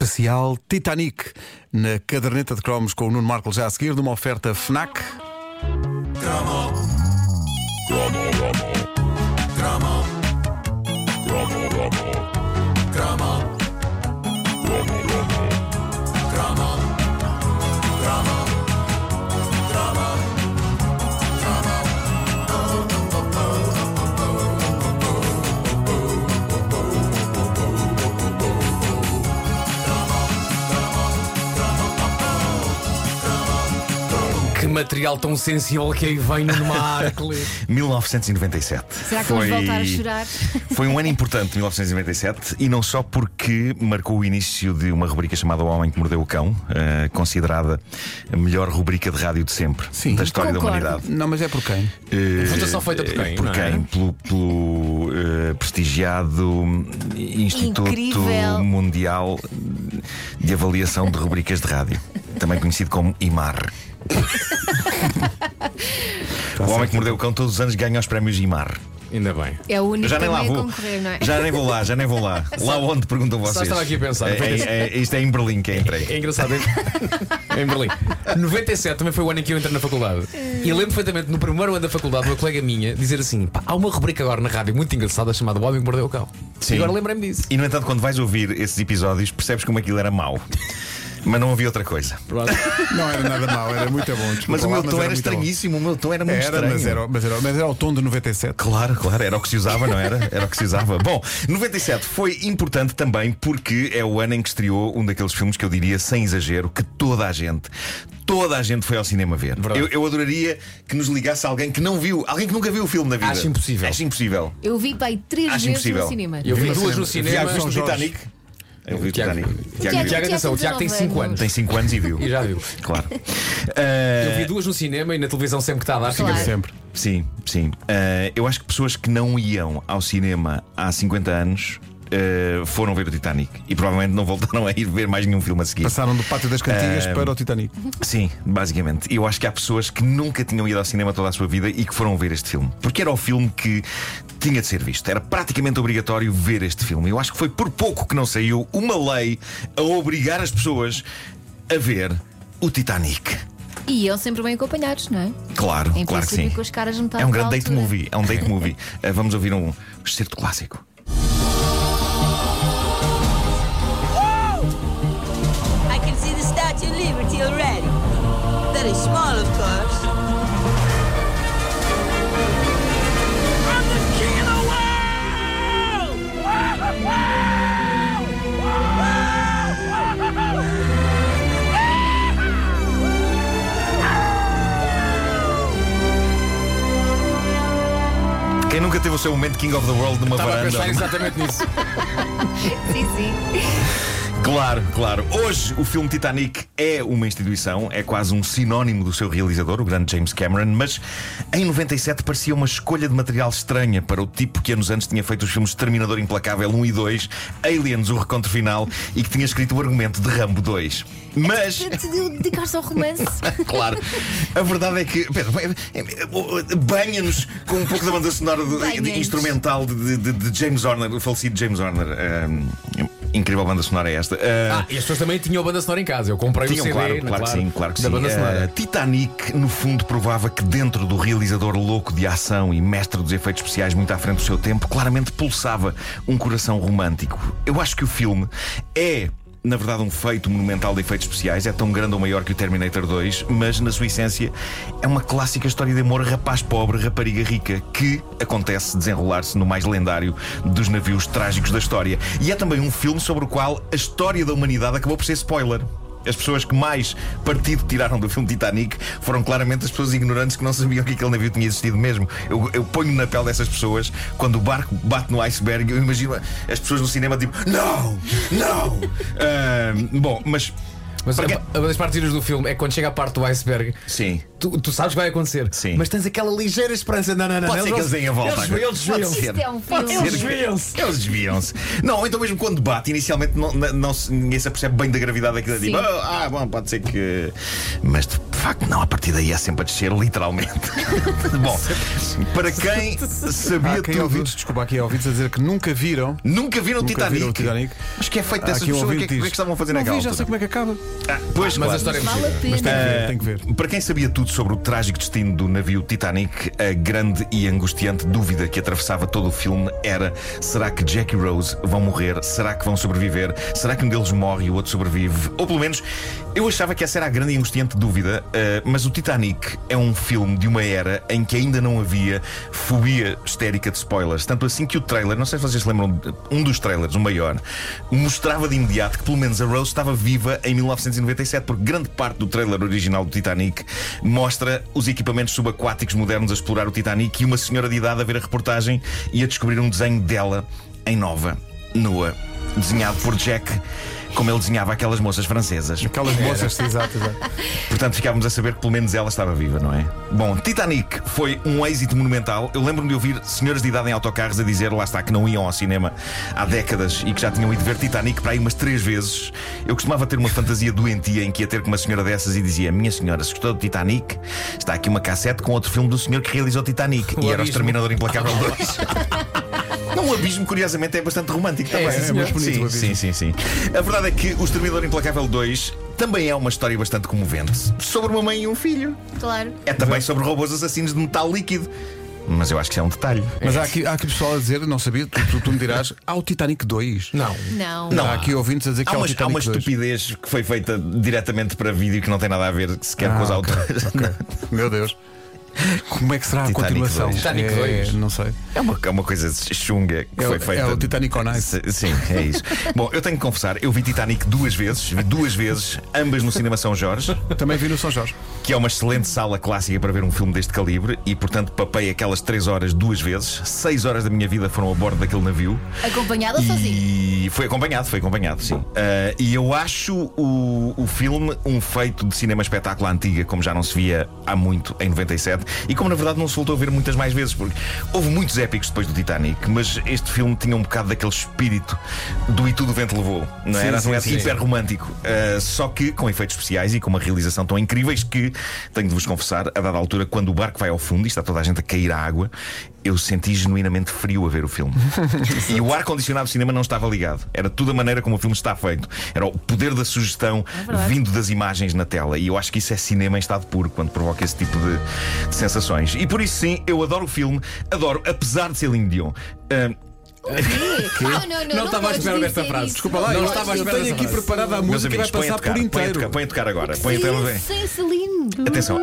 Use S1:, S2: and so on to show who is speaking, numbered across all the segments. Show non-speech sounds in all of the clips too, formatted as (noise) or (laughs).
S1: especial Titanic na caderneta de cromos com o Nuno Marco já a seguir, numa oferta Fnac.
S2: Que material tão sensível que aí vem no Markle.
S3: 1997.
S4: Será que vamos voltar a chorar?
S3: (laughs) Foi um ano importante, 1997, e não só porque marcou o início de uma rubrica chamada O Homem que Mordeu o Cão, eh, considerada a melhor rubrica de rádio de sempre
S1: Sim.
S3: da história
S4: Concordo.
S3: da humanidade.
S1: Não, mas é por quem?
S3: Eh,
S2: Votação feita por quem,
S3: Por
S2: não é?
S3: quem? Pelo, pelo, eh, prestigiado Instituto
S4: Incrível.
S3: Mundial de Avaliação de Rubricas de Rádio, também conhecido como
S2: (laughs)
S3: IMAR. o Homem que Mordeu o Cão todos os anos ganha os prémios IMAR.
S2: (laughs) Ainda bem.
S4: É o
S3: Eu
S4: único
S3: já nem lá
S4: também a
S3: vou.
S4: concorrer, não é?
S3: Já nem vou lá, já nem vou
S4: (laughs)
S3: lá. Lá onde perguntam vocês.
S2: estava aqui a pensar.
S3: É, é- é- isto é em Berlim que é
S2: (laughs)
S3: entregue.
S2: É engraçado em, em Berlim. 97 também foi o ano em que eu entrei na faculdade. E lembro perfeitamente no primeiro ano da faculdade, uma colega minha dizer assim: "Pá, há uma rubrica agora na rádio muito engraçada chamada O Homem que Mordeu o Cão.
S3: Sim.
S2: E agora lembrei-me disso.
S3: E no entanto, quando vais ouvir esses episódios, percebes como aquilo era mau. Mas não havia outra coisa.
S1: Não era nada mau, era muito bom. desculpa
S3: Mas o meu
S1: lá,
S3: tom era
S1: muito bom.
S3: estranhíssimo, o meu tom era muito
S1: Era,
S3: estranho.
S1: mas era, mas, era, mas era o tom de 97.
S3: Claro, claro, era o que se usava, não era? Era o que se usava. Bom, 97 foi importante também porque é o ano em que estreou um daqueles filmes que eu diria, sem exagero, que toda a gente, toda a gente foi ao cinema ver. Eu, eu adoraria que nos ligasse alguém que não viu, alguém que nunca viu o filme na vida.
S2: Acho impossível.
S3: Acho impossível.
S4: Eu vi pai três
S3: Acho
S4: vezes
S3: impossível.
S4: no cinema.
S2: Eu vi
S1: no
S2: duas no
S1: cinema.
S2: cinema.
S3: Tiago, viste o Titanic? Eu vi o
S2: Tiago-
S3: Titanic.
S4: Tiago-
S3: viu.
S2: Tiago, atenção, o Tiago tem 5 anos.
S3: tem 5 anos e viu.
S2: E já viu.
S3: Claro.
S2: Eu vi
S3: Eh,
S2: duas no cinema e na televisão sempre que está a dar.
S4: Claro.
S1: Sempre.
S3: Sim, sim. Eh, eu acho que pessoas que não iam ao cinema há 50 anos eh, foram ver o Titanic e provavelmente não voltaram (laughs) a ir ver mais nenhum filme a seguir.
S1: Passaram do Pátio das Cantigas
S3: Eh,
S1: para o Titanic.
S3: Sim, basicamente. Eu acho que há pessoas que nunca tinham ido ao cinema toda a sua vida e que foram ver este filme. Porque era o filme que tinha de ser visto. Era praticamente obrigatório ver este filme. Eu acho que foi por pouco que não saiu uma lei a obrigar as pessoas a ver o Titanic.
S4: E eu sempre bem acompanhados, não é?
S3: Claro,
S4: Em
S3: claro que sim.
S4: princípio, com as caras
S3: É um
S4: metade
S3: grande
S4: da
S3: date
S4: altura.
S3: movie. É um date movie. Eh, Vamos ouvir um excerto clássico.
S5: I can see the Statue of Liberty already. Very small, of course.
S6: I'm the king of the world! Woo! Woo! Woo!
S3: Quem nunca teve o seu momento King of the World numa
S2: Estava a
S3: varanda?
S2: pensar exatamente nisso.
S4: (laughs) Sim, sim.
S3: Claro, claro. Hoje o filme Titanic é uma instituição, é quase um sinónimo do seu realizador, o grande James Cameron, mas em 97 parecia uma escolha de material estranha para o tipo que anos antes tinha feito os filmes Terminador Implacável 1 e 2, Aliens, o Recontro Final e que tinha escrito o argumento de Rambo 2. Mas.
S4: Decidiu dedicar-se ao
S3: (laughs)
S4: romance.
S3: Claro. A verdade é que. Pedro, banha-nos com um pouco da banda sonora do- de-
S4: Banha-nos.
S3: instrumental de, de- de James Horner, o falecido James Horner. Ahm, incrível banda sonora é esta. Ah,
S2: Ah, e as pessoas também tinham a banda sonora em casa. Eu comprei o
S3: Tinham,
S2: CD,
S3: claro,
S2: né,
S3: claro, que sim, claro que
S2: da
S3: sim.
S2: banda sonora.
S3: Eh, Titanic, no fundo, provava que dentro do realizador louco de ação e mestre dos efeitos especiais muito à frente do seu tempo, claramente pulsava um coração romântico. Eu acho que o filme é. Na verdade, um feito monumental de efeitos especiais é tão grande ou maior que o Terminator 2, mas na sua essência é uma clássica história de amor rapaz pobre, rapariga rica, que acontece desenrolar-se no mais lendário dos navios trágicos da história. E é também um filme sobre o qual a história da humanidade acabou por ser spoiler. As pessoas que mais partido tiraram do filme Titanic foram claramente as pessoas ignorantes que não sabiam que aquele navio tinha existido mesmo. Eu, eu ponho na pele dessas pessoas quando o barco bate no iceberg. Eu imagino as pessoas no cinema tipo: Não! Não! (laughs) Ah, bom, mas.
S2: Mas é
S3: para
S2: a- uma das partes giras do filme é quando chega a parte do iceberg.
S3: Sim.
S2: Tu, tu sabes o que vai acontecer,
S3: Sim.
S2: mas tens aquela ligeira esperança. Não, não, não,
S3: Pode
S2: não,
S3: ser que eles deem a volta.
S2: Eles, eles
S3: Pode
S2: desviam.
S3: ser.
S4: Isto é um
S3: Pode
S4: filme.
S3: ser que- Eles desviam-se. Não, então mesmo quando bate, inicialmente não, não- não se- ninguém se apercebe bem da gravidade daquilo. É Tipo,
S4: Sim.
S3: ah, ah, bom, pode ser que. Mas de facto, não. A partir daí é sempre a descer, literalmente. (laughs) Bom, para
S1: (laughs)
S3: quem sabia
S1: Há quem
S3: tudo.
S1: ouvidos, desculpa, há quem ouvidos a dizer que nunca viram.
S3: Nunca viram o
S1: Nunca
S3: Titanic.
S1: viram o Titanic.
S3: Acho que é feito
S1: Há
S3: dessas
S1: aqui um
S3: pessoas. O que, é
S1: ouvinte
S3: que, o que é que
S1: diz,
S3: estavam a fazer
S1: Não
S3: naquela
S1: vi, já sei
S3: altura?
S1: como é que acaba.
S3: Ah, pois,
S2: Mas
S3: claro.
S2: a história é muito gira.
S4: Vale a pena.
S1: É, Tem que ver.
S3: Para quem sabia tudo sobre o trágico destino do navio Titanic, a grande e angustiante dúvida que atravessava todo o filme era: será que Jack e Rose vão morrer? Será que vão sobreviver? Será que um deles morre e o outro sobrevive? Ou pelo menos eu achava que essa era a grande e angustiante dúvida, eh, mas o Titanic é um filme de uma era em que ainda não havia fobia histérica de spoilers. Tanto assim que o trailer, não sei se vocês se lembram, de- um dos trailers, o maior, mostrava de imediato que pelo menos a Rose estava viva em 1997, porque grande parte do trailer original do Titanic mostra os equipamentos subaquáticos modernos a explorar o Titanic e uma senhora de idade a ver a reportagem e a descobrir um desenho dela em nova, nua, desenhado por Jack. Como ele desenhava aquelas moças francesas.
S1: Aquelas moças, exato, exato.
S3: Portanto, ficávamos a saber que pelo menos ela estava viva, não é? Bom, Titanic foi um êxito monumental. Eu lembro-me de ouvir senhores de idade em autocarros a dizer, lá está, que não iam ao cinema há décadas e que já tinham ido ver Titanic para aí umas três vezes. Eu costumava ter uma fantasia doentia em que ia ter com uma senhora dessas e dizia: Minha senhora, se gostou do Titanic, está aqui uma cassete com outro filme do senhor que realizou Titanic.
S2: O
S3: e
S2: Abismo.
S3: era o Exterminador Implacável 2. Não, o abismo, curiosamente, é bastante romântico também.
S2: sim,
S3: é
S2: senhor.
S3: muito bonito
S1: Sim,
S3: o abismo. Sim, sim, sim. A verdade é que O Exterminador Implacável 2 também é uma história bastante comovente. Sobre uma mãe e um filho.
S4: Claro.
S3: É também sobre robôs assassinos de metal líquido. Mas eu acho que isso é um detalhe.
S1: Mas há aqui, há aqui pessoal a dizer, não sabia, tu, tu, tu me dirás, há o Titanic 2.
S2: Não.
S4: Não.
S1: Há aqui ouvintes a dizer que
S3: Há
S1: há o
S3: uma, há
S1: é um
S3: uma
S1: Titanic 2.
S3: estupidez que foi feita diretamente para vídeo que não tem nada a ver sequer com os
S1: Ah, ok,
S3: autores.
S1: ok. Meu Deus. Como é que será a
S3: Titanic
S1: continuação?
S3: dois.
S2: Titanic
S1: É,
S2: dois.
S1: Não sei.
S3: (laughs) É uma, é uma coisa chunga que
S1: É o-
S3: foi feita.
S1: é o Titanic on Ice.
S3: S- Sim, é
S1: (laughs)
S3: isso. Bom, eu tenho que confessar, eu vi Titanic duas vezes, vi duas vezes, ambas no Cinema São Jorge.
S1: Também vi no São Jorge.
S3: que é uma excelente sala clássica para ver um filme deste calibre e, portanto, papei aquelas 3 horas duas vezes. 6 horas da minha vida foram a bordo daquele navio.
S4: Acompanhada ou sozinho?
S3: E foi acompanhado, foi acompanhado, sim. Ah, e eu acho o, o filme um feito de cinema espetáculo à antiga, como já não se via há muito em 97, e como na verdade não se voltou a ver muitas mais vezes, porque houve muitos épicos depois do Titanic, mas este filme tinha um bocado daquele espírito do E Tudo o Vento Levou, não é?
S2: Sim,
S3: era?
S2: sim,
S3: não era
S2: sim.
S3: hiper romântico, ah, só que com efeitos especiais e com uma realização tão incríveis que tenho de vos confessar, a dada altura, quando o barco vai ao fundo e está toda a gente a cair à água, eu senti genuinamente frio a ver o filme. e o ar-condicionado do cinema não estava ligado. Era tudo a maneira como o filme está feito. Era o poder da sugestão vindo das imagens na tela. E eu acho que isso é cinema em estado puro, quando provoca esse tipo de, de sensações. E por isso, sim, eu adoro o filme, adoro, apesar de ser Lindo Dion. Ah,
S4: Não, não, não.
S2: Não estava à
S4: podes
S2: espera desta
S4: dizer
S2: frase.
S4: isso.
S2: Desculpa lá, eu
S4: podes
S2: estava à
S1: eu
S4: dizer
S2: espera
S1: tenho
S2: dessa
S1: aqui
S4: isso.
S1: preparada a
S3: meus
S1: música
S3: amigos,
S1: que vai
S3: põe
S1: passar
S3: a
S1: por
S3: tocar, põe a
S1: inteiro.
S3: tocar, põe a tocar agora. Põe a tela
S4: Sem,
S3: bem.
S4: sem Celine.
S3: Atenção.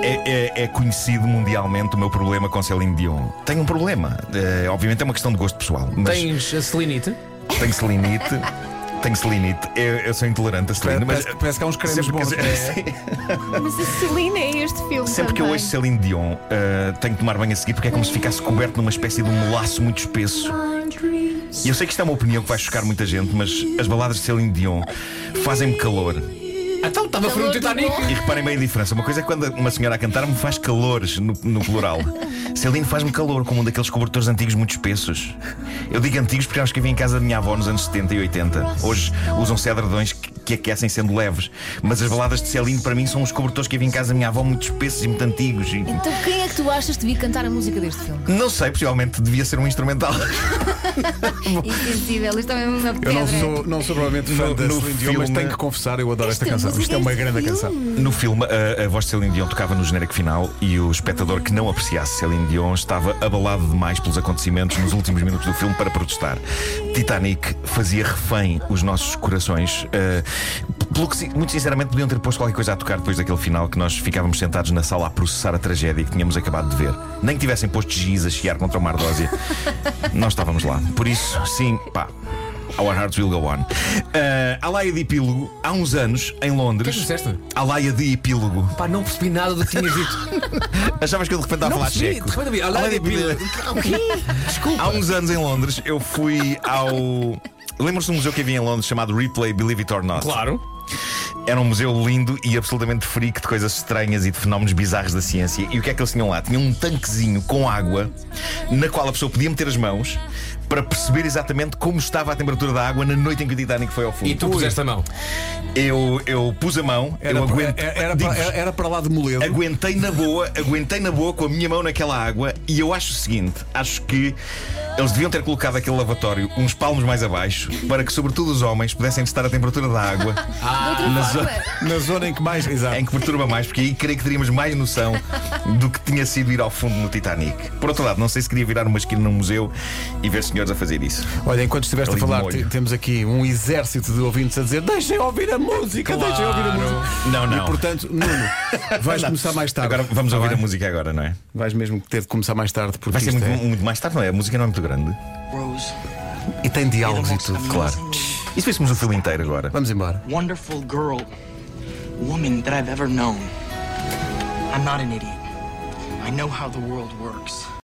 S3: É, é- é conhecido mundialmente o meu problema com Celine Dion. Tenho um problema. Eh, obviamente é uma questão de gosto pessoal. Mas
S2: Tens a Selinite?
S3: tenho selinite. tenho selinite. Eu, eu sou intolerante a
S1: Parece,
S3: seline. Mas
S1: parece- parece que há uns cremes
S3: sempre, que-
S1: bons. é?
S3: (laughs)
S4: Mas a Celine é este filme.
S3: sempre que eu
S4: também.
S3: ouço Celine Dion, eh, tenho que tomar banho a seguir porque é como se ficasse coberto numa espécie de um laço muito espesso. E eu sei que isto é uma opinião que vai chocar muita gente, mas as baladas de Celine Dion fazem-me calor.
S2: Então
S3: Tá
S2: estava a falar do Titanic.
S3: E reparem bem a diferença. Uma coisa é quando uma senhora a cantar me faz calores no, no plural. Celine faz-me calor, como um daqueles cobertores antigos muito espessos. Eu digo antigos porque acho que havia em casa da minha avó nos anos 70 e 80. Hoje usam-se edredões que, que aquecem sendo leves. Mas as baladas de Celine para mim são os cobertores que havia em casa da minha avó muito espessos e muito antigos. E-
S4: Então quem é que tu achas que devia cantar a música deste
S3: (laughs)
S4: filme?
S3: Não sei, possivelmente devia ser um instrumental.
S4: Insensível, isto também é uma pedra.
S1: Eu não sou, não sou provavelmente fã
S3: No-
S1: da
S3: no
S1: Celine Dion, mas
S3: filme-
S1: tenho que confessar, eu adoro esta,
S4: Esta
S1: canção.
S4: música
S1: Isto é uma
S4: é
S1: grande
S4: este
S1: canção.
S3: No filme, a, a voz de Celine Dion tocava no genérico final e o espectador que não apreciasse Celine Dion estava abalado demais pelos acontecimentos nos últimos minutos do filme para protestar. Titanic fazia refém os nossos corações. eh, pelo que, si- muito sinceramente, podiam ter posto qualquer coisa a tocar depois daquele final que nós ficávamos sentados na sala a processar a tragédia que tínhamos acabado de ver. Nem que tivessem posto giz a chiar contra uma ardósia. nós estávamos lá. Por isso, sim, pá. Our Hearts Will Go On. Eh, há lá de epílogo, há uns anos, em Londres.
S2: O que é que disseste?
S3: A laia de epílogo.
S2: Pá, não percebi nada do que tinhas dito.
S3: Achavas que eu de repente estava Tá a falar
S2: percebi.
S3: checo?
S2: Desculpa, David. A laia de epílogo.
S3: O quê? Desculpa. Há uns anos em Londres eu fui ao. Lembram-se de um museu que havia em Londres chamado Replay Believe It or Not?
S2: Claro.
S3: Era um museu lindo e absolutamente freak de coisas estranhas e de fenómenos bizarros da ciência. E o que é que eles tinham lá? Tinham um tanquezinho com água na qual a pessoa podia meter as mãos, para perceber exatamente como estava a temperatura da água na noite em que o Titanic foi ao fundo.
S2: E tu puseste a mão.
S3: Eu, eu pus a mão,
S1: Era,
S3: eu
S1: para-
S3: aguento,
S1: era- é- era para,
S3: digo-vos,
S1: era para lá de Moledo.
S3: aguentei na boa, aguentei na boa com a minha mão naquela água e eu acho o seguinte, acho que eles deviam ter colocado aquele lavatório uns palmos mais abaixo para que sobretudo os homens pudessem testar a temperatura da
S1: (laughs)
S3: água
S1: Ah.
S4: De outra
S3: na
S4: forma,
S3: zona-
S1: Na zona em que mais. Exato.
S3: em que perturba mais, porque aí creio que teríamos mais noção do que tinha sido ir ao fundo no Titanic. Por outro lado, não sei se queria virar uma esquina num museu e ver senhores a fazer isso.
S1: Olha, enquanto estiveste a
S3: Ali de
S1: falar,
S3: molho.
S1: te- temos aqui um exército de ouvintes a dizer: deixem ouvir a música, deixem ouvir a música.
S3: Não, não.
S1: E portanto, Nuno,
S3: (laughs)
S1: vais começar mais tarde.
S3: Agora vamos
S1: Tá
S3: ouvir a
S1: bem?
S3: música agora, não é?
S1: Vais mesmo ter de começar mais tarde, porque
S3: Vai ser
S1: isto
S3: muito,
S1: é-
S3: muito mais tarde, não é? A música não é muito grande.
S7: Rose,
S1: E tem diálogos e
S7: Amazing.
S1: tudo.
S3: Claro. E se fôssemos o filme inteiro agora?
S1: Vamos embora.
S7: wonderful girl, woman that I've ever known. I'm not an idiot. I know how the world works.